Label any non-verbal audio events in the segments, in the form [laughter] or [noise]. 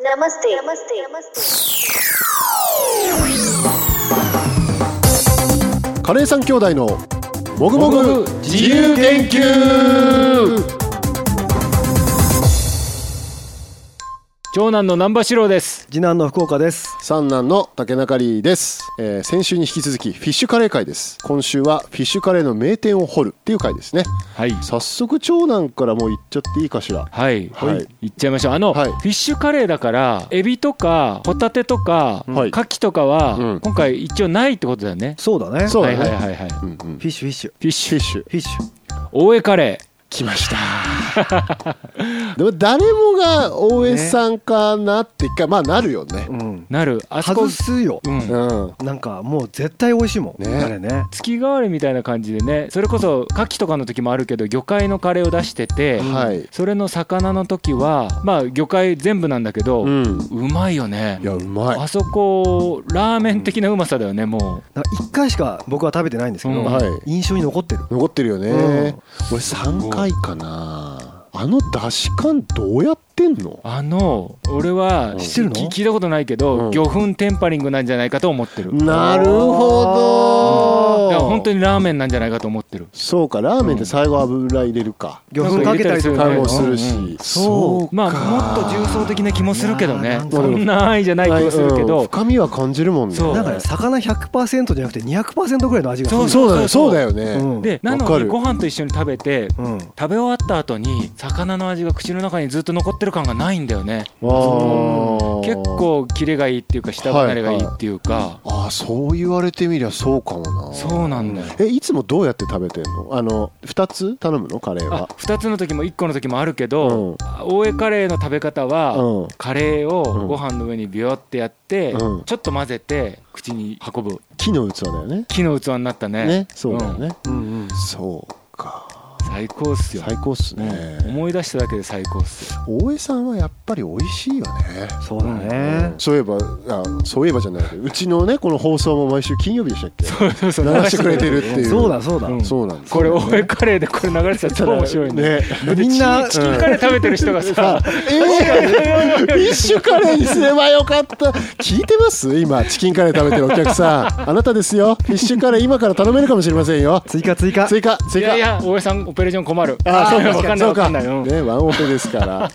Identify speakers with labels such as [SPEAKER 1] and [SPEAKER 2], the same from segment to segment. [SPEAKER 1] नमस्ते नमस्ते नमस्ते
[SPEAKER 2] カレーさん兄弟のもぐもぐ自由研究
[SPEAKER 3] 長男の南波四郎です
[SPEAKER 4] 次男の福岡です。
[SPEAKER 2] 三男の竹中里です、えー先週に引き続きフィッシュカレー会です今週はフィッシュカレーの名店を掘るっていう回ですね
[SPEAKER 3] はい
[SPEAKER 2] 早速長男からもう言っちゃっていいかしら
[SPEAKER 3] はい、
[SPEAKER 2] はい
[SPEAKER 3] はい、行っちゃいましょうあの、
[SPEAKER 2] はい
[SPEAKER 3] フィッシュカレーだからエビとかホタテとか、
[SPEAKER 2] はい
[SPEAKER 3] カキとかは、
[SPEAKER 2] うん
[SPEAKER 3] 今回一応ないってことだよね
[SPEAKER 4] そうだね。
[SPEAKER 2] そうだね
[SPEAKER 3] はいはいはいはい
[SPEAKER 2] うんうん
[SPEAKER 4] フィッシュフィッ
[SPEAKER 2] フィ
[SPEAKER 3] フィッシ
[SPEAKER 4] シュ
[SPEAKER 2] ッ
[SPEAKER 3] ュ
[SPEAKER 2] シュ
[SPEAKER 4] フィッシュ。
[SPEAKER 3] 大江カレ
[SPEAKER 2] 来ましたでも誰もが大江さんかなって一回まあなるよね
[SPEAKER 4] うん。
[SPEAKER 3] ーなるあそこ
[SPEAKER 4] 外すよ。
[SPEAKER 3] うん
[SPEAKER 2] うん
[SPEAKER 4] なんかもう絶対美味しいもん。
[SPEAKER 2] ね
[SPEAKER 4] あれね。
[SPEAKER 3] 月替わりみたいな感じでねそれこそ牡蠣とかの時もあるけど魚介のカレーを出してて、
[SPEAKER 2] はい
[SPEAKER 3] それの魚の時はまあ魚介全部なんだけど、
[SPEAKER 2] う
[SPEAKER 3] うんまいよね
[SPEAKER 2] いやうまい
[SPEAKER 3] あそこラーメン的なうまさだよねも
[SPEAKER 4] なんか一回しか僕は食べてないんですけど、
[SPEAKER 3] うん
[SPEAKER 2] はい
[SPEAKER 4] 印象に残ってる。
[SPEAKER 2] 残ってるよね、
[SPEAKER 4] うん
[SPEAKER 2] 俺3回かなあの出し缶どうやってんの
[SPEAKER 3] うあの俺は
[SPEAKER 2] うん
[SPEAKER 4] 知ってるの
[SPEAKER 3] き聞いたことないけ
[SPEAKER 2] う
[SPEAKER 3] ど
[SPEAKER 2] ん
[SPEAKER 3] 魚粉テンパリングなんじゃないかと思ってるだか
[SPEAKER 2] なるほ
[SPEAKER 3] ら
[SPEAKER 2] ど
[SPEAKER 3] 本当にラーメンなんじゃないかと思ってる
[SPEAKER 2] そうかラーメンって最後油入れるか
[SPEAKER 4] 魚粉かけたりと
[SPEAKER 3] な
[SPEAKER 2] 買
[SPEAKER 3] ん
[SPEAKER 2] い物
[SPEAKER 3] か入れた
[SPEAKER 2] するし、
[SPEAKER 3] うん
[SPEAKER 2] そうか
[SPEAKER 3] まあもっと重層的な気もするけど
[SPEAKER 4] い
[SPEAKER 3] ね
[SPEAKER 4] やー
[SPEAKER 3] そんな愛じゃない気もするけ
[SPEAKER 2] うん
[SPEAKER 3] ど
[SPEAKER 2] 深みは感じるもんね
[SPEAKER 3] そう
[SPEAKER 4] なんかね、魚100%じゃなくて200%ぐらいの味がする。
[SPEAKER 2] そうだねそう
[SPEAKER 3] そそう
[SPEAKER 2] うだよね、
[SPEAKER 4] うん。
[SPEAKER 3] でな
[SPEAKER 2] わ
[SPEAKER 3] の
[SPEAKER 2] か
[SPEAKER 3] に
[SPEAKER 2] る
[SPEAKER 3] ご飯と一緒に食べて
[SPEAKER 4] うん。
[SPEAKER 3] 食べ終わった後に魚の味が口の中にずっと残ってる感がないんだよね
[SPEAKER 2] ああ
[SPEAKER 3] 結構キレがいいっていうか舌離れがいいっていうか、
[SPEAKER 2] ああそう言われてみりゃそうかもな
[SPEAKER 3] そうなんだよ
[SPEAKER 2] えいつもどうやって食べてんのあの2つ頼むのカレー
[SPEAKER 3] あ
[SPEAKER 2] は
[SPEAKER 3] 2つの時も1個の時もあるけど、
[SPEAKER 2] うん
[SPEAKER 3] 大江カレーの食べ方は、
[SPEAKER 2] うん
[SPEAKER 3] カレー
[SPEAKER 2] う
[SPEAKER 3] を
[SPEAKER 2] ん
[SPEAKER 3] ご飯の上にビヨってやって、
[SPEAKER 2] うん
[SPEAKER 3] ちょっと混ぜて口に運ぶ
[SPEAKER 2] 木の器だよね
[SPEAKER 3] 木の器になったね
[SPEAKER 2] ねそうだよね、
[SPEAKER 4] うんうん。
[SPEAKER 2] そうか
[SPEAKER 3] 最高っすよ、
[SPEAKER 2] 最高っすね、
[SPEAKER 3] うん思い出しただけで最高っすよ
[SPEAKER 2] 大江さんはやっぱり美味しいよね
[SPEAKER 4] そうだね。
[SPEAKER 2] そういえばあそういえばじゃないけどうちのねこの放送も毎週金曜日でしたっけ
[SPEAKER 3] そうそう
[SPEAKER 2] [laughs] 流してくれてるっていう
[SPEAKER 4] そうだそうだ。
[SPEAKER 3] うん
[SPEAKER 2] そうなんです
[SPEAKER 3] これ
[SPEAKER 2] よね
[SPEAKER 3] 大江カレーでこれ流れてたら超面白いね
[SPEAKER 2] ね
[SPEAKER 3] だって
[SPEAKER 4] みんな
[SPEAKER 3] チキンチキンカレー食べてる人がさ、
[SPEAKER 2] えー、フィッシュカレーにすればよかった聞いてます今チキンカレー食べてるお客さんあなたですよフィッシュカレー今から頼めるかもしれませんよ
[SPEAKER 4] 追加追加。
[SPEAKER 2] 追加
[SPEAKER 3] い
[SPEAKER 2] 追加
[SPEAKER 3] やいや大江さんオペレーション困る
[SPEAKER 2] あそうか
[SPEAKER 3] [laughs] わかんない
[SPEAKER 2] そう
[SPEAKER 3] わか
[SPEAKER 2] か
[SPEAKER 3] んないうん
[SPEAKER 2] ねワンオペですから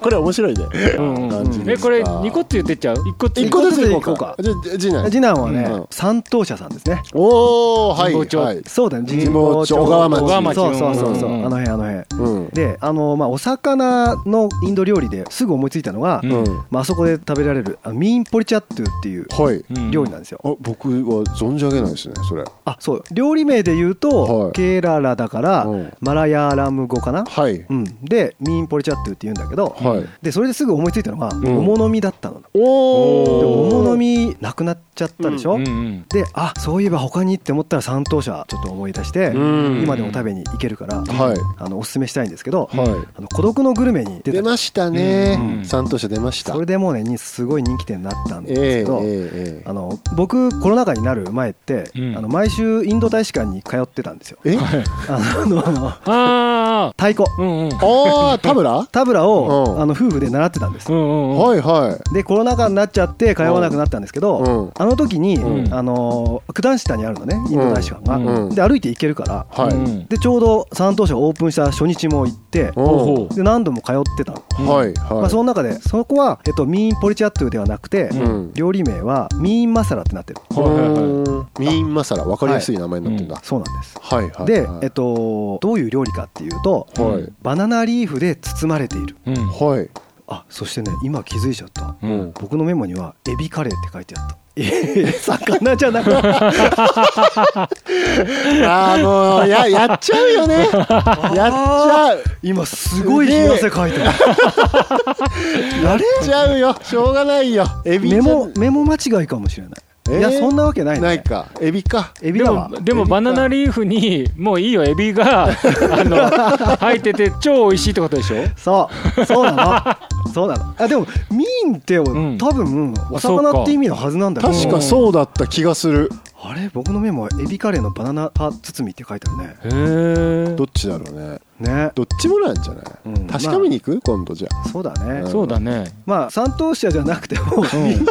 [SPEAKER 2] これ面白いね
[SPEAKER 3] うん
[SPEAKER 2] 感じ
[SPEAKER 3] うん
[SPEAKER 2] で
[SPEAKER 3] え
[SPEAKER 2] すか
[SPEAKER 3] これ2個って言ってっちゃう1個って
[SPEAKER 2] 一
[SPEAKER 3] 言
[SPEAKER 2] 個
[SPEAKER 3] う
[SPEAKER 2] ずついこう
[SPEAKER 4] 一個
[SPEAKER 2] か
[SPEAKER 4] か
[SPEAKER 2] じゃじ次男
[SPEAKER 4] 次男はね、
[SPEAKER 2] うん
[SPEAKER 4] 三等車さんですね。
[SPEAKER 2] おおはい
[SPEAKER 3] 神保町
[SPEAKER 2] はい
[SPEAKER 4] そうだね。
[SPEAKER 2] 神保町小川町
[SPEAKER 3] 小川町
[SPEAKER 4] そうそうそうそう。
[SPEAKER 3] うんうんうん
[SPEAKER 4] あの辺あの辺。
[SPEAKER 2] うん
[SPEAKER 4] であの、まあ、お魚のインド料理ですぐ思いついたのが、
[SPEAKER 3] うん
[SPEAKER 2] うん
[SPEAKER 4] まああそこで食べられるあミーンポリチャットゥっていう
[SPEAKER 2] はい
[SPEAKER 3] うん
[SPEAKER 4] 料理なんですよ、
[SPEAKER 2] あ僕は存じ上げないですねそれ
[SPEAKER 4] あそう料理名で言うと、
[SPEAKER 2] はい
[SPEAKER 4] ケーララだから、
[SPEAKER 2] うん
[SPEAKER 4] マラヤーラム語かな、
[SPEAKER 2] はい
[SPEAKER 4] うん、でミーンポリチャットゥって言うんだけど、
[SPEAKER 2] はい
[SPEAKER 4] でそれですぐ思いついたのが、
[SPEAKER 2] ん
[SPEAKER 4] 桃の実だったので
[SPEAKER 2] おお
[SPEAKER 4] 桃の実なくなっちゃったでしょ、
[SPEAKER 3] うんうん [laughs]
[SPEAKER 4] であそういえば他にって思ったら三等車ちょっと思い出して、
[SPEAKER 2] うん
[SPEAKER 4] 今でも食べに行けるから、
[SPEAKER 2] はい
[SPEAKER 4] あのおすすめしたいんですけど、
[SPEAKER 2] はい
[SPEAKER 4] あの孤独のグルメに出
[SPEAKER 2] 出
[SPEAKER 4] てた
[SPEAKER 2] ましたね
[SPEAKER 3] うんうん
[SPEAKER 2] 三等車出ました
[SPEAKER 4] それでもうねにすごい人気店になったんです
[SPEAKER 2] ええ
[SPEAKER 4] けど、
[SPEAKER 2] ええ
[SPEAKER 4] あの僕コロナ禍になる前って、
[SPEAKER 3] うん
[SPEAKER 4] あの毎週インド大使館に通ってたんですよ [laughs]
[SPEAKER 2] ええ
[SPEAKER 4] あのあの
[SPEAKER 3] あ
[SPEAKER 4] 太鼓
[SPEAKER 3] あうんうん
[SPEAKER 2] ああタブラ
[SPEAKER 4] タブラを、
[SPEAKER 2] うん
[SPEAKER 4] あの夫婦で習ってたんです
[SPEAKER 3] うんうんうん
[SPEAKER 2] はいはい
[SPEAKER 4] でコロナ禍になっちゃって通わなくなったんですけど、
[SPEAKER 2] うん
[SPEAKER 4] あの時に、
[SPEAKER 3] うん
[SPEAKER 4] あの九段下にあるのねインド大使館が、
[SPEAKER 2] うん
[SPEAKER 4] で歩いて行けるから、
[SPEAKER 2] はい
[SPEAKER 3] うん
[SPEAKER 4] でちょうど三等車オープンした初日も行って
[SPEAKER 2] お
[SPEAKER 4] で何度も通ってたの、
[SPEAKER 2] ーはいはい
[SPEAKER 4] まあ、その中でそこは、えっと、ミーンポリチャットゥではなくて、
[SPEAKER 2] うん
[SPEAKER 4] 料理名はミーンマサラってなってる
[SPEAKER 3] はいはいはいう
[SPEAKER 2] ーんミーンマサラわかりやすい名前になってんだ
[SPEAKER 4] そうなんです
[SPEAKER 2] はいはい
[SPEAKER 4] で
[SPEAKER 2] はい、
[SPEAKER 4] えっと、どういう料理かっていうと、
[SPEAKER 2] はい
[SPEAKER 4] バナナリーフで包まれている
[SPEAKER 3] うん
[SPEAKER 2] はい
[SPEAKER 4] あそしてね今気づいちゃった
[SPEAKER 3] うん
[SPEAKER 4] 僕のメモには「エビカレー」って書いてあったえ魚じゃな
[SPEAKER 2] [laughs]
[SPEAKER 4] くて
[SPEAKER 2] あーもうややっちゃう
[SPEAKER 4] [laughs]
[SPEAKER 2] よねやっちゃう
[SPEAKER 4] 今すごい冷や汗かいてるあれ
[SPEAKER 2] やっちゃうよしょうがないよエビじゃ
[SPEAKER 4] メモメモ間違いかもしれない、
[SPEAKER 2] えー
[SPEAKER 4] いやそんなわけない、ね、
[SPEAKER 2] ないかエビか
[SPEAKER 4] エビ
[SPEAKER 3] で
[SPEAKER 4] だわ
[SPEAKER 3] もでもバナナリーフにもういいよエビがあ
[SPEAKER 2] [laughs]
[SPEAKER 3] の入ってて超美味しいってことでしょ
[SPEAKER 4] そうそうなのそうなのあでもミーンって、
[SPEAKER 3] ん
[SPEAKER 4] 多分お魚って意味のはずなんだけど
[SPEAKER 2] 確かそうだった気がする
[SPEAKER 4] あれ僕のメモはエビカレーのバナナパ包みって書いてあるね
[SPEAKER 3] へえ
[SPEAKER 2] どっちだろうね
[SPEAKER 4] ね
[SPEAKER 2] どっちもなんじゃない、
[SPEAKER 4] うん
[SPEAKER 2] 確かめに行く今度じゃあ
[SPEAKER 4] そうだね、
[SPEAKER 2] うん
[SPEAKER 3] そうだね
[SPEAKER 4] まあ三等車じゃなくても、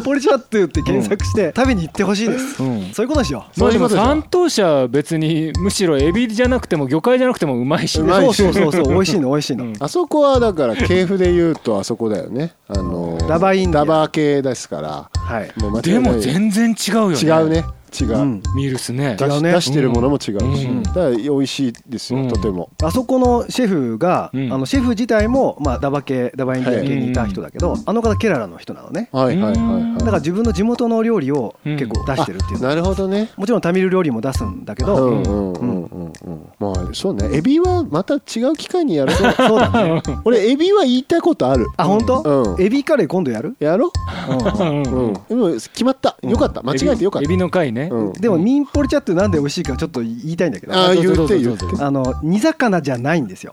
[SPEAKER 4] ポリチャットって検索して食べに行ってほしいです、
[SPEAKER 3] うん
[SPEAKER 4] そういうことでしょ
[SPEAKER 2] そ
[SPEAKER 3] ま
[SPEAKER 2] う
[SPEAKER 3] あ
[SPEAKER 2] いう
[SPEAKER 3] で
[SPEAKER 2] こ
[SPEAKER 3] も
[SPEAKER 2] とでしょ
[SPEAKER 3] 三等車は別にむしろエビじゃなくても魚介じゃなくてもうまいし
[SPEAKER 2] う
[SPEAKER 3] ね
[SPEAKER 2] まい
[SPEAKER 4] そう
[SPEAKER 2] し
[SPEAKER 4] そうそうそう美味しいの美味しいの、
[SPEAKER 3] うん
[SPEAKER 2] あそこはだから系譜で言うとあそこだよねあの
[SPEAKER 4] ラバーインディア
[SPEAKER 2] ラバー系ですから
[SPEAKER 4] はい
[SPEAKER 2] もう間違
[SPEAKER 3] で
[SPEAKER 2] いない
[SPEAKER 3] も全然違うよね
[SPEAKER 2] 違うね違う、
[SPEAKER 4] うん
[SPEAKER 3] ミルスね
[SPEAKER 2] 出
[SPEAKER 4] 違う
[SPEAKER 2] し
[SPEAKER 4] ね
[SPEAKER 2] 出してるものも違うし、
[SPEAKER 3] うん
[SPEAKER 2] だから美味しいですよ、
[SPEAKER 3] うん
[SPEAKER 2] とても
[SPEAKER 4] あそこのシェフが、
[SPEAKER 3] うん
[SPEAKER 4] あのシェフ自体も、まあ、ダバ系ダバインディア系にいた人だけど、あの方ケララの人なのね
[SPEAKER 2] はいはいはいはい
[SPEAKER 4] だから自分の地元の料理を
[SPEAKER 3] うん
[SPEAKER 4] 結構出してるっていう、
[SPEAKER 2] あなるほどね
[SPEAKER 4] もちろんタミル料理も出すんだけ
[SPEAKER 2] う
[SPEAKER 4] ど、
[SPEAKER 2] んうんうんうんうんまあそうねエビはまた違う機会にやると
[SPEAKER 4] [laughs] そうだね
[SPEAKER 2] 俺エビは言いたいことある
[SPEAKER 4] あ本当、
[SPEAKER 2] うん
[SPEAKER 4] エビカレー今度やる、
[SPEAKER 2] やろ
[SPEAKER 3] うん
[SPEAKER 2] う、うん、でも決まったよかった間違えてよかっ
[SPEAKER 3] エビエビの貝ね
[SPEAKER 2] た、うん、
[SPEAKER 4] でもミンポリチャットなんで美味しいかちょっと言いたいんだけど
[SPEAKER 2] あ
[SPEAKER 4] あ
[SPEAKER 2] あ
[SPEAKER 3] ど
[SPEAKER 2] 言
[SPEAKER 3] うぞ
[SPEAKER 2] って
[SPEAKER 3] ど
[SPEAKER 2] 言
[SPEAKER 3] う
[SPEAKER 2] っ
[SPEAKER 3] ぞ
[SPEAKER 2] て
[SPEAKER 3] どうぞ
[SPEAKER 4] の煮魚じゃないんですよ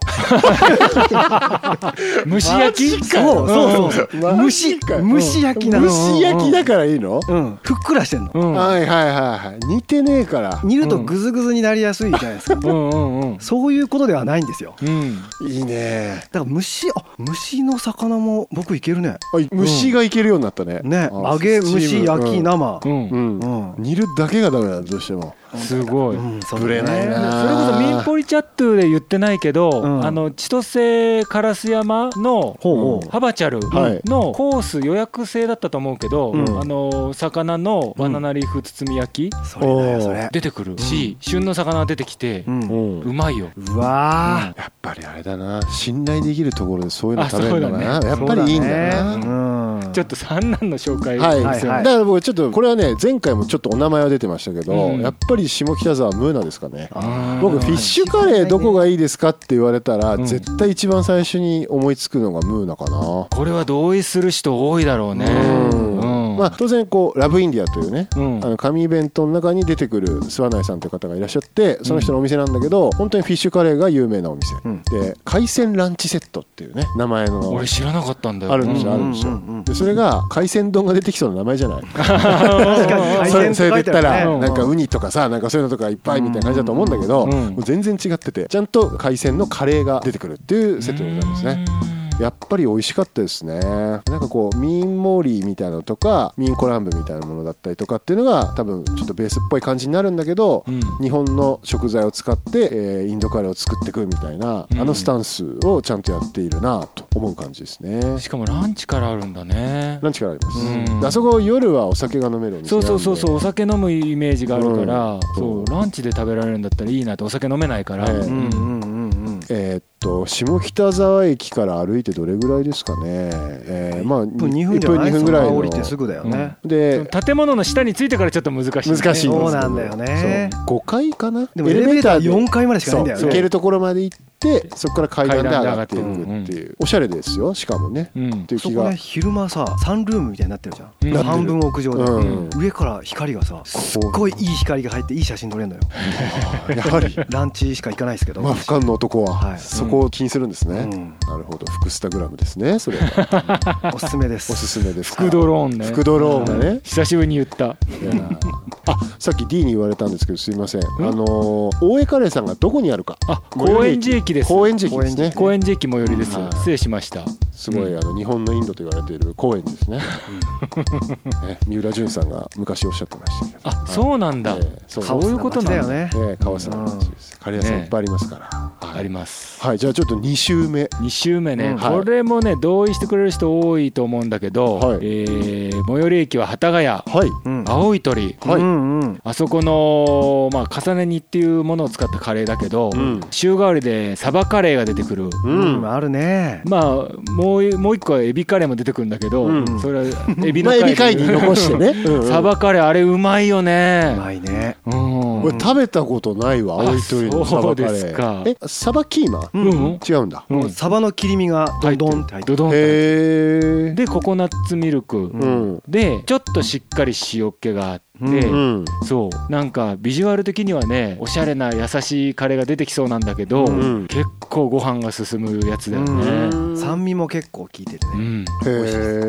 [SPEAKER 3] 蒸し焼き
[SPEAKER 4] そうそうそう
[SPEAKER 2] マジか
[SPEAKER 4] 蒸し蒸し焼きなの
[SPEAKER 2] 蒸し焼きだからいいの、
[SPEAKER 4] うん、ふっくらしてんの、
[SPEAKER 3] うん
[SPEAKER 2] はいはいはいはい似てねえから
[SPEAKER 4] 煮るとグズグズになりやすいじゃないです
[SPEAKER 2] [laughs]
[SPEAKER 4] か、
[SPEAKER 3] うんうんうん
[SPEAKER 4] そういうことではないんですよ
[SPEAKER 3] うん
[SPEAKER 2] いいね
[SPEAKER 4] だから虫あ虫の魚も僕いけるね
[SPEAKER 2] あ虫がいけるようになったね、
[SPEAKER 4] ね
[SPEAKER 2] あ
[SPEAKER 4] 揚げ蒸し焼き、生
[SPEAKER 3] う
[SPEAKER 2] うんん
[SPEAKER 4] う
[SPEAKER 2] うん
[SPEAKER 4] ん、
[SPEAKER 2] 煮るだけがダメなんだどうしても
[SPEAKER 3] すごい
[SPEAKER 4] うんそうね
[SPEAKER 2] ぶれない
[SPEAKER 3] それ
[SPEAKER 2] な
[SPEAKER 3] こそミンポリチャットで言ってないけど、
[SPEAKER 4] うん
[SPEAKER 3] あの千歳烏山の
[SPEAKER 4] ほうほう
[SPEAKER 3] ハバチャル
[SPEAKER 2] はい
[SPEAKER 3] のコース予約制だったと思うけど、
[SPEAKER 4] うん
[SPEAKER 3] あの魚のバナナリーフ包み焼き、
[SPEAKER 4] それだよそれ
[SPEAKER 3] 出てくるし、旬の魚出てきて、
[SPEAKER 4] う、
[SPEAKER 3] うん
[SPEAKER 4] う
[SPEAKER 2] うん
[SPEAKER 3] まいよ。
[SPEAKER 4] わ
[SPEAKER 2] やっぱりあれだな信頼できるところでそういうの食べるのかな、
[SPEAKER 3] あそうだね
[SPEAKER 2] やっぱりいいんだな
[SPEAKER 4] ー、
[SPEAKER 3] そうだね
[SPEAKER 4] うん
[SPEAKER 3] ちょっと三男の紹介、
[SPEAKER 2] はい、
[SPEAKER 4] はいはい
[SPEAKER 2] だから僕ちょっとこれはね前回もちょっとお名前は出てましたけど、
[SPEAKER 3] うん
[SPEAKER 2] やっぱり下北沢ムーナですかね
[SPEAKER 3] あー
[SPEAKER 2] 僕フィッシュカレーどこがいいですかって言われたら、
[SPEAKER 3] うん
[SPEAKER 2] 絶対一番最初に思いつくのがムーナかな、
[SPEAKER 3] これは同意する人多いだろうね。
[SPEAKER 2] うんまあ、当然こうラブインディアというね
[SPEAKER 3] うん
[SPEAKER 2] あの紙イベントの中に出てくる諏訪内さんという方がいらっしゃってその人のお店なんだけど本当にフィッシュカレーが有名なお店、
[SPEAKER 4] うん
[SPEAKER 2] で海鮮ランチセットっていうね名前の
[SPEAKER 3] 俺知らなかったんだよ。
[SPEAKER 2] あるんですよあるんです
[SPEAKER 4] う
[SPEAKER 2] よ
[SPEAKER 4] んうんうん
[SPEAKER 2] でそれが海鮮丼が出てきそうな名前じゃないそれそれで言っ
[SPEAKER 4] 確かに海鮮って書いてあ
[SPEAKER 2] た
[SPEAKER 4] るね
[SPEAKER 2] ら
[SPEAKER 3] うん
[SPEAKER 2] なんかウニとかさなんかそういうのとかいっぱいみたいな感じだと思うんだけど
[SPEAKER 3] うん
[SPEAKER 2] もう全然違っててちゃんと海鮮のカレーが出てくるっていうセットでございますねやっぱり美味しかったですねなんかこうミンモーリーみたいなのとかミンコランブみたいなものだったりとかっていうのが多分ちょっとベースっぽい感じになるんだけど、
[SPEAKER 3] うん
[SPEAKER 2] 日本の食材を使って、えーインドカレーを作っていくみたいな、
[SPEAKER 3] うん
[SPEAKER 2] あのスタンスをちゃんとやっているなと思う感じですね
[SPEAKER 3] しかもランチからあるんだね。
[SPEAKER 2] ランチからあります、
[SPEAKER 3] うん
[SPEAKER 2] であそこ夜はお酒が飲めるお店なんで
[SPEAKER 3] そうそうそうそうお酒飲むイメージがあるから、
[SPEAKER 2] ん
[SPEAKER 3] そうランチで食べられるんだったらいいなってお酒飲めないから、
[SPEAKER 2] ええ
[SPEAKER 4] う
[SPEAKER 3] うんん
[SPEAKER 4] うんうんうん
[SPEAKER 2] えーっと下北沢駅から歩いてどれぐらいですかね、えーまあ
[SPEAKER 4] 1分2分じゃない
[SPEAKER 2] 1分2分ぐらいの
[SPEAKER 4] 降りてすぐだよね、
[SPEAKER 2] で
[SPEAKER 3] 建物の下についてからちょっと難しい、ね、
[SPEAKER 2] 難しいんですけど
[SPEAKER 4] そうなんだよね
[SPEAKER 2] そう5階かな
[SPEAKER 4] でもエレベーター
[SPEAKER 2] で
[SPEAKER 4] 4階までしかないんだよね
[SPEAKER 2] そう行けるところまで行ってそこから階段で上がっていくって
[SPEAKER 3] 階段で
[SPEAKER 2] いう、おしゃれですよしかもね、
[SPEAKER 3] うん
[SPEAKER 2] っていう
[SPEAKER 4] そ
[SPEAKER 2] 気
[SPEAKER 4] こ
[SPEAKER 2] が
[SPEAKER 4] ね昼間さサンルームみたいになってるじゃん、
[SPEAKER 3] なってる
[SPEAKER 4] 半分屋上で、
[SPEAKER 2] うん
[SPEAKER 4] 上から光がさすっごいいい光が入っていい写真撮れるのよ
[SPEAKER 2] やはり
[SPEAKER 4] ランチしか行かないですけど、
[SPEAKER 2] まあ
[SPEAKER 4] 私
[SPEAKER 2] 俯瞰の男は、
[SPEAKER 4] はい
[SPEAKER 2] そこを気にするんですね、
[SPEAKER 4] うん
[SPEAKER 2] なるほど福スタグラムですねそれは
[SPEAKER 4] おすすめです
[SPEAKER 2] おすすめです
[SPEAKER 3] 副ドローンね
[SPEAKER 2] 副ドローンがね
[SPEAKER 3] 久しぶりに言った
[SPEAKER 2] いやーあさっき D に言われたんですけどすいませんあのー大江カレーさんがどこにあるか
[SPEAKER 3] あ高円寺駅です
[SPEAKER 2] 高円寺駅ですね
[SPEAKER 3] 高円寺駅最寄りです、
[SPEAKER 2] はい
[SPEAKER 3] 失礼しました
[SPEAKER 2] すごい、あの日本のインドと言われている高円寺ですね [laughs] ね三浦淳さんが昔おっしゃってましたけど
[SPEAKER 3] あそうなんだ、
[SPEAKER 2] ええそう
[SPEAKER 4] カオス
[SPEAKER 3] そういうことなんだ
[SPEAKER 4] 街だよね、
[SPEAKER 2] ええ川瀬さんの話ですカレー屋さんいっぱいありますから、
[SPEAKER 3] あります
[SPEAKER 2] はいじゃあちょっと2週目
[SPEAKER 3] 2週目ね、
[SPEAKER 2] うんはい
[SPEAKER 3] これもね同意してくれる人多いと思うんだけど、
[SPEAKER 2] はい
[SPEAKER 3] えー最寄り駅は幡ヶ谷
[SPEAKER 2] はい
[SPEAKER 4] うん
[SPEAKER 3] 青い鳥
[SPEAKER 2] はい
[SPEAKER 4] うんうん
[SPEAKER 3] あそこの、まあ、重ね煮っていうものを使ったカレーだけど、
[SPEAKER 2] うん
[SPEAKER 3] 週替わりでサバカレーが出てくる、
[SPEAKER 2] うん、
[SPEAKER 4] あるね
[SPEAKER 3] まあもうもう一個はエビカレーも出てくるんだけど、
[SPEAKER 2] うん
[SPEAKER 3] それ
[SPEAKER 2] [laughs]
[SPEAKER 3] はエビの
[SPEAKER 2] まあエビ会
[SPEAKER 3] 回
[SPEAKER 2] に残して
[SPEAKER 3] [laughs]
[SPEAKER 2] ねうんうん
[SPEAKER 3] サバカレーあれうまいよ
[SPEAKER 4] う
[SPEAKER 3] ね
[SPEAKER 4] まいね
[SPEAKER 3] うん
[SPEAKER 2] 俺食べたことないわ
[SPEAKER 3] あ
[SPEAKER 2] 青い鳥のサバカレ
[SPEAKER 3] そうですか
[SPEAKER 2] ーえサバキーマ
[SPEAKER 3] うんうん
[SPEAKER 2] 違うんだ
[SPEAKER 3] うん
[SPEAKER 4] サバの切り身がどんどんって入って
[SPEAKER 3] ド
[SPEAKER 4] る
[SPEAKER 3] ドンって
[SPEAKER 2] へえ
[SPEAKER 3] でココナッツミルク、
[SPEAKER 2] うん
[SPEAKER 3] でちょっとしっかり塩気があっ
[SPEAKER 4] うん
[SPEAKER 3] で
[SPEAKER 2] うん
[SPEAKER 3] そうなんかビジュアル的にはねおしゃれな優しいカレーが出てきそうなんだけど、
[SPEAKER 2] うん
[SPEAKER 3] 結構ご飯が進むやつだよね
[SPEAKER 2] うん
[SPEAKER 4] 酸味も結構効いてる
[SPEAKER 3] う
[SPEAKER 4] ね
[SPEAKER 3] ん
[SPEAKER 2] へ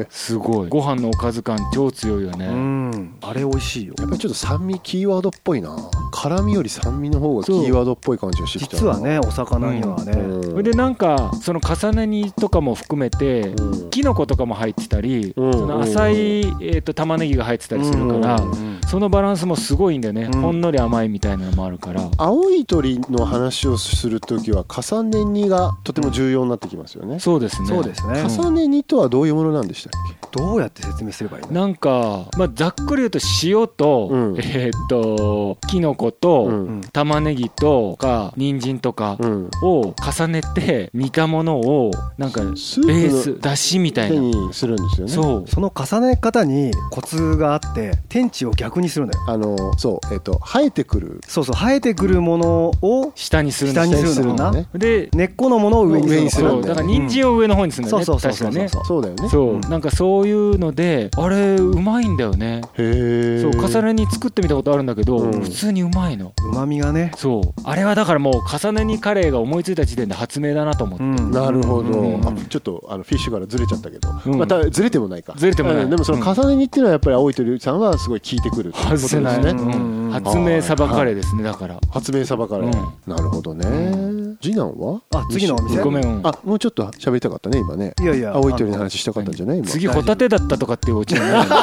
[SPEAKER 2] え
[SPEAKER 3] すごいご飯のおかず感超強いよね、
[SPEAKER 4] うんあれ美味しいよ
[SPEAKER 2] やっぱりちょっと酸味キーワードっぽいな辛みより酸味の方がキーワードっぽい感じがしてきたな
[SPEAKER 4] 実はねお魚にはね、
[SPEAKER 2] うん
[SPEAKER 3] それでなんかその重ね煮とかも含めて、
[SPEAKER 2] うん
[SPEAKER 3] キノコとかも入ってたり、
[SPEAKER 2] うん
[SPEAKER 3] その浅い、えー、と玉ねぎが入ってたりするから、
[SPEAKER 2] うん
[SPEAKER 3] そのバランスもすごいんだよね、
[SPEAKER 4] うん
[SPEAKER 3] ほんのり甘いみたいなのもあるから、
[SPEAKER 2] 青い鳥の話をするときは重ね煮がとても重要になってきますよね、
[SPEAKER 3] そうですね
[SPEAKER 4] そうですね
[SPEAKER 3] うん
[SPEAKER 2] 重ね煮とはどういうものなんでしたっけ
[SPEAKER 4] どうやって説明すればいいの
[SPEAKER 3] なんか、まあ、ざっくり言うと塩と、
[SPEAKER 2] うん
[SPEAKER 3] えーっときのこと、
[SPEAKER 2] う
[SPEAKER 4] うん
[SPEAKER 2] ん
[SPEAKER 3] 玉ねぎとか人参とか
[SPEAKER 2] うん
[SPEAKER 3] を重ねて煮たものをなんかベ
[SPEAKER 2] スープの
[SPEAKER 3] ースだしみたい
[SPEAKER 2] 手
[SPEAKER 3] な
[SPEAKER 2] にするんですよね
[SPEAKER 3] そう
[SPEAKER 4] その重ね方にコツがあって天地を逆にするのよ
[SPEAKER 2] あのそうえっ、と生えてくる
[SPEAKER 4] そうそう生えてくるものを
[SPEAKER 3] 下にするんで
[SPEAKER 4] 下に
[SPEAKER 3] す
[SPEAKER 4] するの
[SPEAKER 2] 下
[SPEAKER 4] か
[SPEAKER 2] にするのね
[SPEAKER 4] な
[SPEAKER 3] で
[SPEAKER 4] 根っこのものを上にする
[SPEAKER 2] 上にするん
[SPEAKER 3] そうだ
[SPEAKER 4] のかな
[SPEAKER 2] だよね
[SPEAKER 3] から人参を上の方にするんだよ
[SPEAKER 4] そう
[SPEAKER 3] ね
[SPEAKER 4] そうそう
[SPEAKER 3] 確か
[SPEAKER 4] そう
[SPEAKER 3] ね
[SPEAKER 4] そう
[SPEAKER 2] そうだよね
[SPEAKER 3] そう
[SPEAKER 4] うん
[SPEAKER 3] なんかそういうのであれうまいんだよね
[SPEAKER 2] へえ
[SPEAKER 3] そう重ねに作ってみたことあるんだけど
[SPEAKER 2] うん
[SPEAKER 3] 普通にうまいの
[SPEAKER 4] うまみがね、
[SPEAKER 3] そうあれはだからもう重ねにカレーが思いついた時点で発明だなと思って
[SPEAKER 4] うん
[SPEAKER 2] なるほど、
[SPEAKER 3] うんうんうん
[SPEAKER 2] あちょっとあのフィッシュからずれちゃったけど、
[SPEAKER 3] うん
[SPEAKER 2] またずれてもないか
[SPEAKER 3] ずれてもない
[SPEAKER 2] うんでもその重ね煮っていうのはやっぱり青い鳥さんはすごい効いてくるってことで
[SPEAKER 3] 外
[SPEAKER 2] す
[SPEAKER 3] せ
[SPEAKER 2] ね
[SPEAKER 3] ない、
[SPEAKER 4] ん
[SPEAKER 3] うん発明サバカレーですねだから
[SPEAKER 2] 発明サバカレー、なるほどね、次男は
[SPEAKER 4] あ次のお店
[SPEAKER 3] ごめんうん
[SPEAKER 2] あもうちょっと喋りたかったね今ね
[SPEAKER 4] いやいや
[SPEAKER 2] 青い鳥の
[SPEAKER 4] あ
[SPEAKER 2] 話したかったんじゃない今
[SPEAKER 3] 次ホタテだったとかっていうオチになる
[SPEAKER 4] の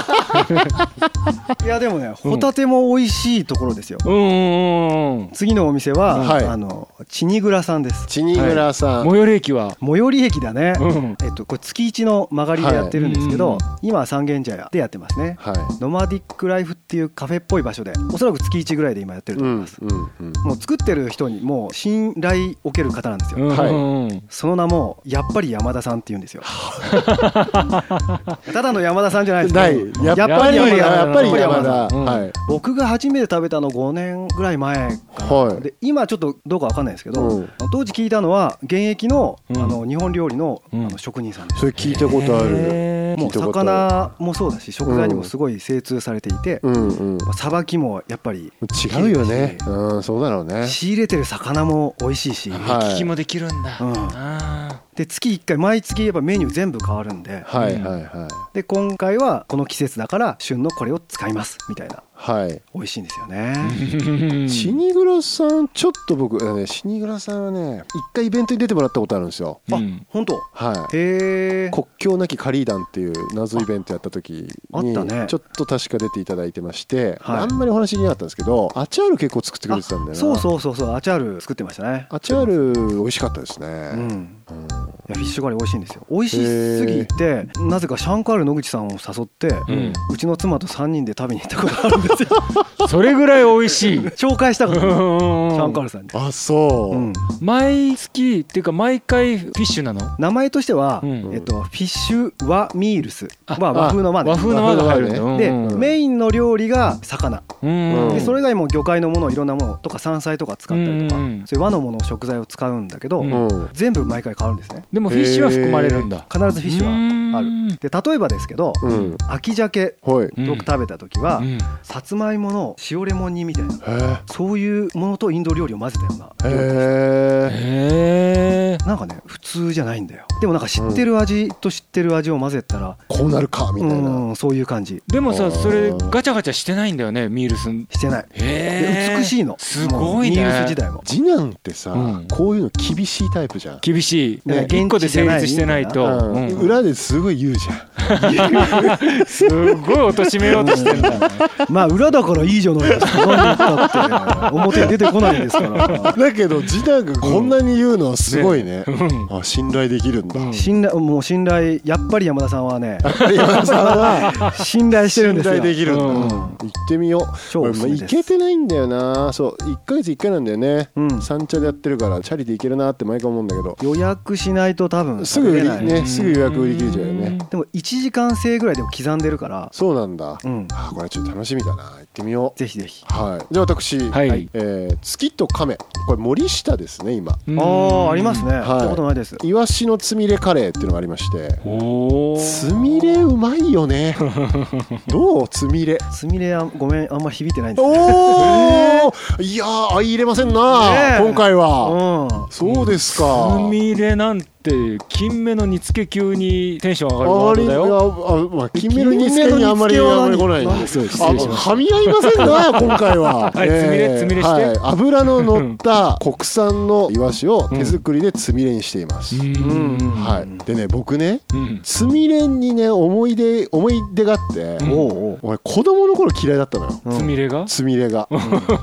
[SPEAKER 4] いやでもねホタテも美味しいところですよ、
[SPEAKER 3] うんうんうんうん
[SPEAKER 4] 次のお店は、
[SPEAKER 2] はい
[SPEAKER 4] あのチニグラさんです
[SPEAKER 2] チニグラさん、
[SPEAKER 3] 最寄り駅は
[SPEAKER 4] 最寄り駅だね、
[SPEAKER 3] うん
[SPEAKER 4] えっと、これ月一の曲がりでやってるんですけど、
[SPEAKER 3] はい
[SPEAKER 4] 今は三軒茶屋でやってますね、
[SPEAKER 2] はい、
[SPEAKER 4] ノマディックライフっていうカフェっぽい場所でおそらく月一ぐらいで今やってると
[SPEAKER 2] う
[SPEAKER 4] 思い
[SPEAKER 2] ん
[SPEAKER 4] ます、
[SPEAKER 2] うんうん
[SPEAKER 4] もう作ってる人にもう信頼を受ける方なんですよ、
[SPEAKER 3] うんうんうん
[SPEAKER 4] その名もやっぱり山田さんって言う
[SPEAKER 2] [laughs]
[SPEAKER 4] んですよただの山田さんじゃないです
[SPEAKER 2] ないやっぱり
[SPEAKER 4] やっぱり
[SPEAKER 2] やっぱり山田、
[SPEAKER 3] うん
[SPEAKER 2] はい
[SPEAKER 4] 僕が初めて食べたの5年ぐらい前かな、
[SPEAKER 2] はい
[SPEAKER 4] で今ちょっとどうかわかんないですけど、
[SPEAKER 2] うん
[SPEAKER 4] 当時聞いたのは現役の,、
[SPEAKER 3] うん
[SPEAKER 4] あの日本料理の,、
[SPEAKER 3] うん
[SPEAKER 4] あの職人さんです
[SPEAKER 2] それ聞いたことある
[SPEAKER 3] へー
[SPEAKER 4] も
[SPEAKER 2] 聞いうたことあ
[SPEAKER 4] 魚もそうだし食材にもすごい精通されていて
[SPEAKER 2] うんうん
[SPEAKER 4] さば、きもやっぱり
[SPEAKER 2] 違うよねうんそうだろうね
[SPEAKER 4] 仕入れてる魚も美味しいし、
[SPEAKER 2] はい
[SPEAKER 3] 目利きもできるんだ、
[SPEAKER 4] うん
[SPEAKER 3] あ
[SPEAKER 4] で月1回毎月やっぱメニュー全部変わるんで
[SPEAKER 2] はい
[SPEAKER 3] うん
[SPEAKER 2] はいはい
[SPEAKER 4] で今回はこの季節だから旬のこれを使いますみたいな
[SPEAKER 2] はい、
[SPEAKER 4] 美味しいんですよね、
[SPEAKER 3] ー
[SPEAKER 2] [laughs] シニグラさんちょっと僕あのねシニグラさんはね一回イベントに出てもらったことあるんですよ
[SPEAKER 3] うん
[SPEAKER 4] 本当
[SPEAKER 2] はい
[SPEAKER 4] へえ
[SPEAKER 2] 国境なきカリー団っていう謎イベントやった時
[SPEAKER 4] ああ
[SPEAKER 2] に
[SPEAKER 4] ったね
[SPEAKER 2] ちょっと確か出ていただいてまして、
[SPEAKER 4] はい
[SPEAKER 2] あんまりお話しできなかったんですけどアチャール結構作ってくれてたんだよな
[SPEAKER 4] あそうそうそうそうアチャール作ってましたね
[SPEAKER 2] アチャール美味しかったですね、
[SPEAKER 4] うん
[SPEAKER 2] うん
[SPEAKER 4] いやフィッシュガレー美味しいんですよ美味しすぎてなぜかシャンカール野口さんを誘って、
[SPEAKER 3] う
[SPEAKER 4] うんちの妻と3人で食べに行ったことあるんです
[SPEAKER 2] [laughs]
[SPEAKER 4] よ
[SPEAKER 3] それぐらい美味しい
[SPEAKER 4] 紹介したからシャンカー
[SPEAKER 3] う
[SPEAKER 4] ルさんに、
[SPEAKER 2] あそう、
[SPEAKER 4] うん、
[SPEAKER 3] ん毎月っていうか毎回フィッシュなの
[SPEAKER 4] 名前としては、
[SPEAKER 3] うん
[SPEAKER 4] えっと、フィッシュワミールスは和風の和ね
[SPEAKER 3] 和風の和が入るんだよ
[SPEAKER 4] で、
[SPEAKER 3] うんうん
[SPEAKER 4] メインの料理が魚、
[SPEAKER 3] うん
[SPEAKER 4] でそれ以外も魚介のものいろんなものとか山菜とか使ったりとか、
[SPEAKER 3] うんうん
[SPEAKER 4] そういう和のもの食材を使うんだけど、
[SPEAKER 3] う
[SPEAKER 2] うん
[SPEAKER 4] 全部毎回変わるんですね
[SPEAKER 3] でもフィッシュは含まれるんだ
[SPEAKER 4] 必ずフィッシュはあ
[SPEAKER 3] う
[SPEAKER 4] る
[SPEAKER 3] ん
[SPEAKER 4] で例えばですけど、
[SPEAKER 2] うん
[SPEAKER 4] 秋鮭
[SPEAKER 2] はいへ
[SPEAKER 3] うん
[SPEAKER 4] 僕食べた時は、
[SPEAKER 3] うん
[SPEAKER 4] さつまいもの塩レモン煮みたいな
[SPEAKER 2] え
[SPEAKER 4] そういうものとインド料理を混ぜたような
[SPEAKER 2] へえ
[SPEAKER 3] へえ
[SPEAKER 4] なんかね普通じゃないんだよでもなんか知ってる味と知ってる味を混ぜたら、
[SPEAKER 2] こうなるかみ
[SPEAKER 4] う
[SPEAKER 2] たいな、
[SPEAKER 4] ん、そういう感じ
[SPEAKER 3] でも
[SPEAKER 2] あ
[SPEAKER 3] さ
[SPEAKER 2] ー
[SPEAKER 3] それガチャガチャしてないんだよねミールス
[SPEAKER 4] してない
[SPEAKER 3] へ
[SPEAKER 4] で
[SPEAKER 3] え
[SPEAKER 4] 美しいの
[SPEAKER 3] すごいね
[SPEAKER 4] もうニールス時代も [laughs]
[SPEAKER 2] 次男ってさ、
[SPEAKER 3] うん
[SPEAKER 2] こういうの厳しいタイプじゃん、
[SPEAKER 3] 厳しい
[SPEAKER 4] ね
[SPEAKER 3] 一個で成立してないと
[SPEAKER 2] うん
[SPEAKER 3] うん
[SPEAKER 2] 裏ですごい言うじゃん
[SPEAKER 3] すっごい貶としめようとしてんだよね
[SPEAKER 4] まあ裏だからいいじゃないですか何言ったって表に出てこないんですか
[SPEAKER 2] [laughs]
[SPEAKER 4] ら
[SPEAKER 2] だけど次男がこんなに言うのはすごいね、
[SPEAKER 3] うん
[SPEAKER 2] あ信頼できるんだ、
[SPEAKER 3] うん
[SPEAKER 4] 信頼もう信頼やっぱり山田さん
[SPEAKER 2] [laughs]
[SPEAKER 4] はね
[SPEAKER 2] 山田さんは
[SPEAKER 4] 信頼してるんですよ
[SPEAKER 2] 信頼できるんだ、
[SPEAKER 3] うん
[SPEAKER 2] 行ってみよう
[SPEAKER 4] 超おすすめです
[SPEAKER 2] 行けてないんだよなそう1ヶ月1回なんだよね、
[SPEAKER 4] うん
[SPEAKER 2] 三茶でやってるからチャリで行けるなって毎回思うんだけど
[SPEAKER 4] 予約しないと多分
[SPEAKER 2] すぐ売
[SPEAKER 4] 食べ
[SPEAKER 2] り
[SPEAKER 4] れない
[SPEAKER 2] ねすぐ予約売り切れちゃうよね
[SPEAKER 4] でも1時間制ぐらいでも刻んでるから
[SPEAKER 2] そうなんだ、
[SPEAKER 4] うん
[SPEAKER 2] あこれちょっと楽しみだな行ってみよう
[SPEAKER 4] ぜひぜひ
[SPEAKER 2] はいじゃあ私、
[SPEAKER 3] はい
[SPEAKER 2] えー月と亀これ森下ですね今
[SPEAKER 3] うん
[SPEAKER 4] ああありますね
[SPEAKER 2] い
[SPEAKER 4] 行ったことないです
[SPEAKER 2] イワシのつみれカレーっていうのがありまして
[SPEAKER 3] おお
[SPEAKER 2] つみれうまいよ
[SPEAKER 3] [laughs]
[SPEAKER 2] ねどうつみれ
[SPEAKER 4] つみれあんごめんあんま響いてないんですね
[SPEAKER 2] おお、いやー相入れませんな、
[SPEAKER 4] ねえ
[SPEAKER 2] 今回は、
[SPEAKER 4] うん
[SPEAKER 2] そうですか
[SPEAKER 3] つみれなんて金目の煮つけ級にテンション上がるワードだよ
[SPEAKER 2] あまあ、金メダルにねにあんまりあんまり来ない
[SPEAKER 4] あ
[SPEAKER 2] あ
[SPEAKER 4] そうです
[SPEAKER 3] 失礼しま
[SPEAKER 2] はみ合いません
[SPEAKER 3] [laughs]
[SPEAKER 2] な今回は、
[SPEAKER 3] はいつみれつみれして
[SPEAKER 2] はい油の乗った国産のイワシを手作りでつみれにしています、
[SPEAKER 3] うん
[SPEAKER 4] うん
[SPEAKER 2] はい、でね僕ね
[SPEAKER 3] うん
[SPEAKER 2] つみれにね思い出思い出があって、
[SPEAKER 3] うん
[SPEAKER 4] おうおう
[SPEAKER 2] 俺子供の頃嫌いだったのよ
[SPEAKER 4] うん
[SPEAKER 3] つみれが
[SPEAKER 2] つみれが
[SPEAKER 3] う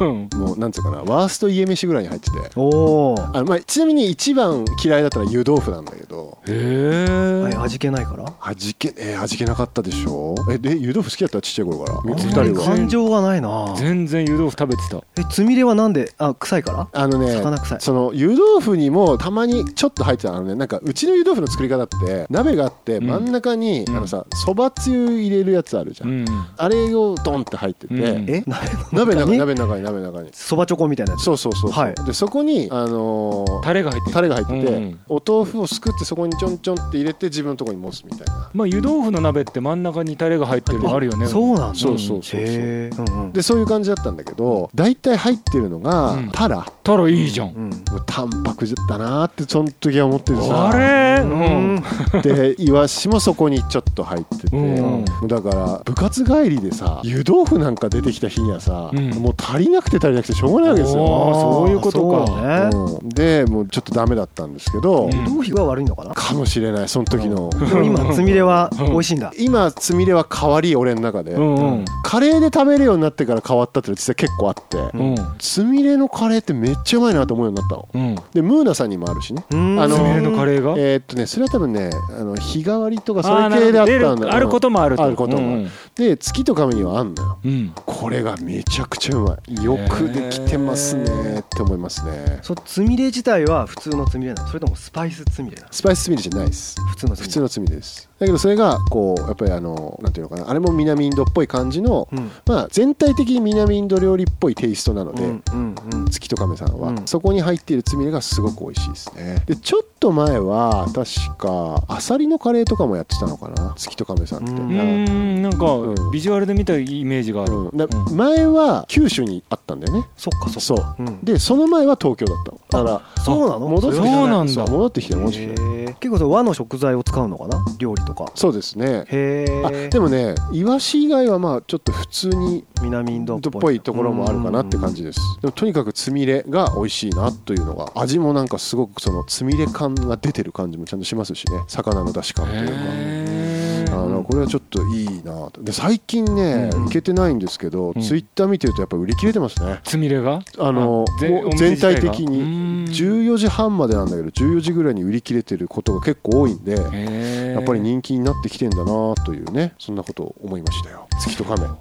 [SPEAKER 3] ん
[SPEAKER 2] もうなんていうかなワースト家飯ぐらいに入ってて
[SPEAKER 4] おお
[SPEAKER 2] あの、まあ、ちなみに一番嫌いだったのは湯豆腐なんだけど
[SPEAKER 3] へえ
[SPEAKER 4] 味気ないから
[SPEAKER 2] 味気えー味気なかったでしょえで湯豆腐好きだったちっちゃい頃からみ
[SPEAKER 4] あん
[SPEAKER 2] 二
[SPEAKER 4] まり
[SPEAKER 2] 人は
[SPEAKER 4] 感情がないな
[SPEAKER 3] 全然湯豆腐食べてた
[SPEAKER 4] えつみれはなんであ臭いから
[SPEAKER 2] あのね
[SPEAKER 4] 魚臭い
[SPEAKER 2] その湯豆腐にもたまにちょっと入ってたあのねなんかうちの湯豆腐の作り方って鍋があって
[SPEAKER 3] うん
[SPEAKER 2] 真ん中に、
[SPEAKER 3] うん
[SPEAKER 2] あのさそばつゆ入れるやつあるじゃん、
[SPEAKER 3] うん
[SPEAKER 2] あれをドンって入ってて、
[SPEAKER 3] うん
[SPEAKER 4] [laughs] え
[SPEAKER 2] 鍋の中に
[SPEAKER 4] に
[SPEAKER 2] 鍋の中に鍋の中に
[SPEAKER 4] そばチョコみたいなやつ
[SPEAKER 2] そうそうそうそう、
[SPEAKER 4] はい
[SPEAKER 2] でそこにあのー
[SPEAKER 3] タレが入ってる
[SPEAKER 2] タレが入ってて、
[SPEAKER 3] うん
[SPEAKER 2] お豆腐をすくってそこにちょんちょんって入れて自分のとこに持つみたいな、
[SPEAKER 3] まあ湯豆腐の鍋って真ん中にタレが入ってるのあるよね
[SPEAKER 4] そうなんだ
[SPEAKER 2] そうそうそうそう
[SPEAKER 4] へえうんうん
[SPEAKER 2] でそういう感じだったんだけど大体入ってるのが、
[SPEAKER 3] うん
[SPEAKER 2] タラ
[SPEAKER 3] たらいいじゃん
[SPEAKER 4] うん
[SPEAKER 2] もう淡白だなってその時は思っててさ
[SPEAKER 3] あれ
[SPEAKER 4] う
[SPEAKER 3] うん
[SPEAKER 4] ん
[SPEAKER 2] でイワシもそこにちょっと入ってて、
[SPEAKER 3] うん
[SPEAKER 2] もうだから部活帰りでさ湯豆腐なんか出てきた日にはさ、
[SPEAKER 3] うん
[SPEAKER 2] もう足りなくて足りなくてしょうがないわけです
[SPEAKER 3] お
[SPEAKER 2] よ、
[SPEAKER 3] ーそういうことか
[SPEAKER 4] そうね
[SPEAKER 2] うんでもうちょっとダメだったんですけど、
[SPEAKER 3] うん
[SPEAKER 4] 頭皮は悪いのかな
[SPEAKER 2] かもしれないその時の、
[SPEAKER 4] でも今つみれは美味しいんだ
[SPEAKER 2] 今つみれは変わり俺の中で、
[SPEAKER 3] うんうん
[SPEAKER 2] カレーで食べるようになってから変わったっていうのは実は結構あって、
[SPEAKER 3] うん
[SPEAKER 2] つみれのカレーってめっちゃうまいなと思うようになったの
[SPEAKER 3] うん
[SPEAKER 2] でムーナさんにもあるしね
[SPEAKER 4] うん
[SPEAKER 2] あの
[SPEAKER 3] つみれのカレーが
[SPEAKER 2] えーっとねそれは多分ねあの日替わりとかそうい
[SPEAKER 3] あ
[SPEAKER 2] う
[SPEAKER 3] ーなる
[SPEAKER 2] 系
[SPEAKER 3] ほ
[SPEAKER 2] だ
[SPEAKER 3] ど
[SPEAKER 2] っ
[SPEAKER 3] 出
[SPEAKER 2] たんだ
[SPEAKER 3] るあることもある
[SPEAKER 2] あることもある
[SPEAKER 3] うん
[SPEAKER 2] で月と亀にはあんのよ
[SPEAKER 3] うん
[SPEAKER 2] これがめちゃくちゃうまいよくできてますねって思いますね
[SPEAKER 4] そつみれ自体は普通のつみれなのそれともスパイスつみれなの
[SPEAKER 2] スパイスつみれじゃないです
[SPEAKER 4] 普通のつみれ
[SPEAKER 2] 普通のつみれですだけどそれがこうやっぱりあのなんていうのかなあれも南インドっぽい感じの、
[SPEAKER 4] うん
[SPEAKER 2] まあ、全体的に南インド料理っぽいテイストなので、
[SPEAKER 4] うんうんうん
[SPEAKER 2] 月と亀さんは、
[SPEAKER 4] うん
[SPEAKER 2] そこに入っているつみれがすごく美味しいですねでちょっと前は確かアサリのカレーとかもやってたのかな月と亀さんって、
[SPEAKER 4] うん
[SPEAKER 3] うーんなんか
[SPEAKER 2] うん
[SPEAKER 3] ビジュアルで見たイメージがある
[SPEAKER 2] うんだ
[SPEAKER 3] うん
[SPEAKER 2] 前は九州にあったんだよね
[SPEAKER 4] そっかそっか
[SPEAKER 2] そう
[SPEAKER 4] うん
[SPEAKER 2] でその前は東京だったのだから
[SPEAKER 4] そうなの
[SPEAKER 2] 戻ってきて
[SPEAKER 3] そうなんだ
[SPEAKER 2] そう戻ってきてる戻ってきてる
[SPEAKER 4] へえ結構その和の食材を使うのかな料理とか
[SPEAKER 2] そうですね
[SPEAKER 4] へ
[SPEAKER 2] あ
[SPEAKER 4] え
[SPEAKER 2] でもねイワシ以外はまあちょっと普通に
[SPEAKER 4] 南インド
[SPEAKER 2] ドっ
[SPEAKER 4] っぽい
[SPEAKER 2] ぽいところもあるかなって感
[SPEAKER 4] じ
[SPEAKER 2] じですでもとにかくつみれが美味しいなというのが味もなんかすごくそのつみれ感が出てる感じもちゃんとしますしね魚の出汁感というか
[SPEAKER 3] へ
[SPEAKER 2] あ
[SPEAKER 3] ー
[SPEAKER 2] のこれはちょっといいなとで最近ね、
[SPEAKER 3] うん
[SPEAKER 2] 行けてないんですけど、
[SPEAKER 3] うん
[SPEAKER 2] ツイッター見てるとやっぱ売り切れてますね
[SPEAKER 3] つみれが
[SPEAKER 2] あの
[SPEAKER 3] ぜ
[SPEAKER 2] もう
[SPEAKER 3] お店
[SPEAKER 2] 全
[SPEAKER 3] 自体
[SPEAKER 2] 体
[SPEAKER 3] が
[SPEAKER 2] 的
[SPEAKER 3] う
[SPEAKER 2] に
[SPEAKER 3] ーん
[SPEAKER 2] 14時半までなんだけど14時ぐらいに売り切れてることが結構多いんで
[SPEAKER 3] や
[SPEAKER 2] やっぱり人気になってきてんだなというねそんなことを思いましたよ月と亀はい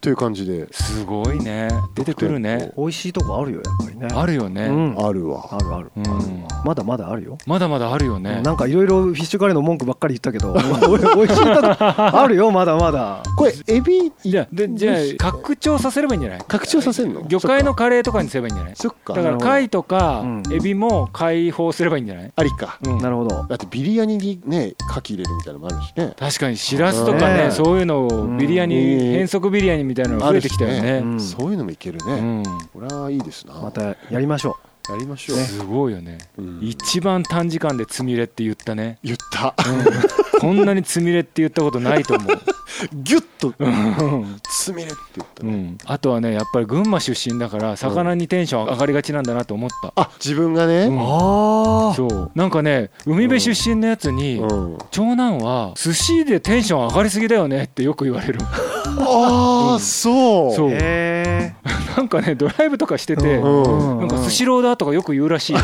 [SPEAKER 2] という感じです
[SPEAKER 3] ごいね出てくるね
[SPEAKER 4] 美味しいとこあるよやっぱりね
[SPEAKER 3] あるよね、
[SPEAKER 4] うん
[SPEAKER 2] あるわ
[SPEAKER 4] あるある
[SPEAKER 3] うん
[SPEAKER 4] まだまだあるよ
[SPEAKER 3] まだまだあるよね
[SPEAKER 4] なんかいろいろフィッシュカレーの文句ばっかり言ったけどおい美味しいとこあるよまだまだ
[SPEAKER 2] これエビ
[SPEAKER 3] いやでじゃあ拡張させればいいんじゃない
[SPEAKER 2] 拡張させんの
[SPEAKER 3] 魚介のカレーとかにすればいいんじゃない
[SPEAKER 2] そっか
[SPEAKER 3] だか
[SPEAKER 2] そっ
[SPEAKER 3] ら
[SPEAKER 2] か
[SPEAKER 3] 貝とか
[SPEAKER 4] うん
[SPEAKER 3] エビも解放すればいいんじゃない、
[SPEAKER 2] ありか
[SPEAKER 3] うん
[SPEAKER 4] なるほど
[SPEAKER 2] だってビリヤニにね牡蠣入れるみたいなのもあるしね
[SPEAKER 3] 確かにしらすとかね
[SPEAKER 4] ね
[SPEAKER 3] そういうのをビリヤニ、
[SPEAKER 2] うん
[SPEAKER 3] 変則ビリヤニみたいなのが増えてきたよね
[SPEAKER 4] あるしねうん
[SPEAKER 2] そういうのもいけるね、
[SPEAKER 3] うん
[SPEAKER 2] これはいいですな
[SPEAKER 4] またやりましょ
[SPEAKER 2] やりましょう、
[SPEAKER 3] すごいよね、
[SPEAKER 2] うん
[SPEAKER 3] 一番短時間でつみれって言ったね、
[SPEAKER 2] 言った [laughs]
[SPEAKER 3] こんなにつみれって言ったことないと思う
[SPEAKER 2] ギュッと
[SPEAKER 3] うん
[SPEAKER 2] つみれって言った、
[SPEAKER 3] うん、あとはねやっぱり群馬出身だから魚にテンション上がりがちなんだなと思った、
[SPEAKER 2] あ自分が
[SPEAKER 3] う
[SPEAKER 2] ね、
[SPEAKER 3] ん
[SPEAKER 4] あ
[SPEAKER 3] そうなんかね海辺出身のやつに、
[SPEAKER 2] うん
[SPEAKER 3] 長男は寿司でテンション上がりすぎだよねってよく言われる [laughs]
[SPEAKER 2] ああそう
[SPEAKER 3] そう
[SPEAKER 4] へえ
[SPEAKER 3] なんかねドライブとかしてて、
[SPEAKER 2] うん
[SPEAKER 3] なんかスシローだとかよく言うらしい、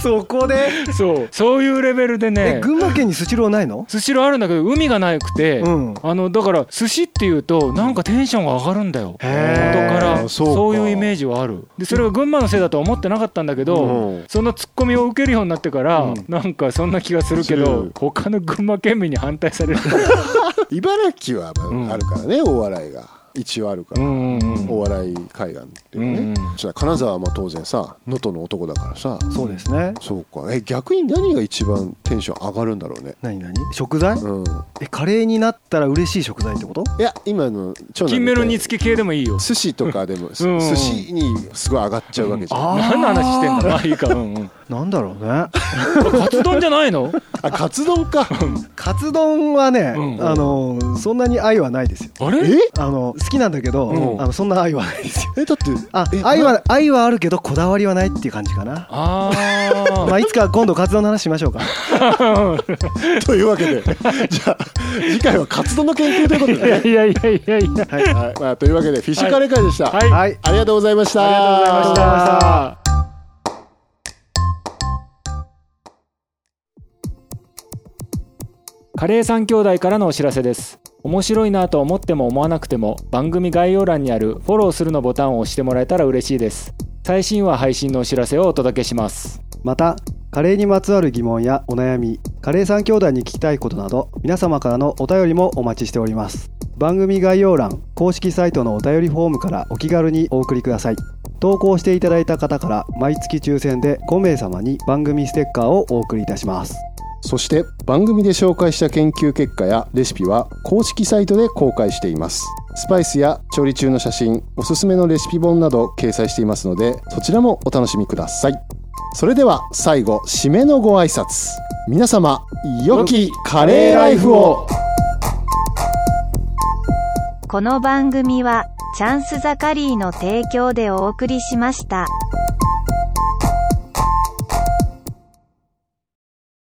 [SPEAKER 4] そこで
[SPEAKER 3] そうそういうレベルで
[SPEAKER 4] え
[SPEAKER 3] ね
[SPEAKER 4] 群馬県にスシローないの
[SPEAKER 3] スシローあるんだけど海がなくて、
[SPEAKER 4] うん
[SPEAKER 3] あのだから寿司っていうとなんかテンションが上がるんだよ元
[SPEAKER 4] へー
[SPEAKER 3] から
[SPEAKER 2] そうか
[SPEAKER 3] そういうイメージはあるでそれは群馬のせいだとは思ってなかったんだけど、
[SPEAKER 2] うん
[SPEAKER 3] そのツッコミを受けるようになってから、
[SPEAKER 4] うん
[SPEAKER 3] なんかそんな気がするけ
[SPEAKER 2] す
[SPEAKER 3] ど
[SPEAKER 2] る
[SPEAKER 3] 他の群馬県民に反対される
[SPEAKER 2] 茨城はま
[SPEAKER 3] ん
[SPEAKER 2] ああるからねお笑いが一応あるか
[SPEAKER 3] う
[SPEAKER 2] ら
[SPEAKER 3] んうんうん
[SPEAKER 2] お笑い海岸っていうか
[SPEAKER 3] うんう
[SPEAKER 2] ね
[SPEAKER 3] ん
[SPEAKER 2] そしたら金沢はまあ当然さ能登の男だからさ
[SPEAKER 4] そうですね
[SPEAKER 2] そうかえ逆に何が一番テンション上がるんだろうね
[SPEAKER 4] 何何食材
[SPEAKER 2] うん
[SPEAKER 4] えカレーになったら嬉しい食材ってこと
[SPEAKER 2] いや今の長男みたいに
[SPEAKER 3] 金メロ煮付け系でもいいよ
[SPEAKER 2] 寿司とかでも寿
[SPEAKER 3] うん
[SPEAKER 2] 司にすごい上がっちゃうわけじゃん
[SPEAKER 4] あー
[SPEAKER 3] 何の話してんだまあいいか、うんうん、
[SPEAKER 4] なんだろ
[SPEAKER 2] [laughs]
[SPEAKER 4] うね
[SPEAKER 3] カツ丼じゃないの
[SPEAKER 2] あカツ丼か
[SPEAKER 4] カツ丼はね
[SPEAKER 3] うん
[SPEAKER 4] あのそんなに愛はないですよ
[SPEAKER 3] あれ
[SPEAKER 2] え
[SPEAKER 4] あの好きなんだけど
[SPEAKER 2] うん
[SPEAKER 4] あのそんな愛はないですよ
[SPEAKER 2] えだって
[SPEAKER 4] あ
[SPEAKER 2] え
[SPEAKER 4] 愛は愛はあるけどこだわりはないっていう感じかな
[SPEAKER 3] あ
[SPEAKER 4] [laughs]
[SPEAKER 3] [laughs]
[SPEAKER 4] まあいつか今度カツ丼の話しま
[SPEAKER 2] [laughs]
[SPEAKER 4] しょうか
[SPEAKER 3] あ
[SPEAKER 2] [laughs] というわけで [laughs] じゃあ次回はカツ丼の研究ということ
[SPEAKER 3] いや
[SPEAKER 2] で、ね
[SPEAKER 3] いやいやいやいや
[SPEAKER 2] はいまあ、というわけでフィッシュカレー会でした、
[SPEAKER 3] はい
[SPEAKER 4] はい
[SPEAKER 2] ありがとうございまし
[SPEAKER 3] あり
[SPEAKER 2] た
[SPEAKER 3] がとうございましたカレー三兄弟からのお知らせです面白いなと思っても思わなくても番組概要欄にあるフォローするのボタンを押してもらえたら嬉しいです最新話配信のお知らせをお届けします
[SPEAKER 4] またカレーにまつわる疑問やお悩みカレー三兄弟に聞きたいことなど皆様からのお便りもお待ちしております番組概要欄公式サイトのお便りフォームからお気軽にお送りください投稿していただいた方から毎月抽選で5名様に番組ステッカーをお送りいたします
[SPEAKER 2] そして番組で紹介した研究結果やレシピは公式サイトで公開していますスパイスや調理中の写真おすすめのレシピ本など掲載していますのでそちらもお楽しみくださいそれでは最後締めのご挨拶皆様良きカレーライフを
[SPEAKER 1] この番組はチャンスザカリーの提供でお送りしました。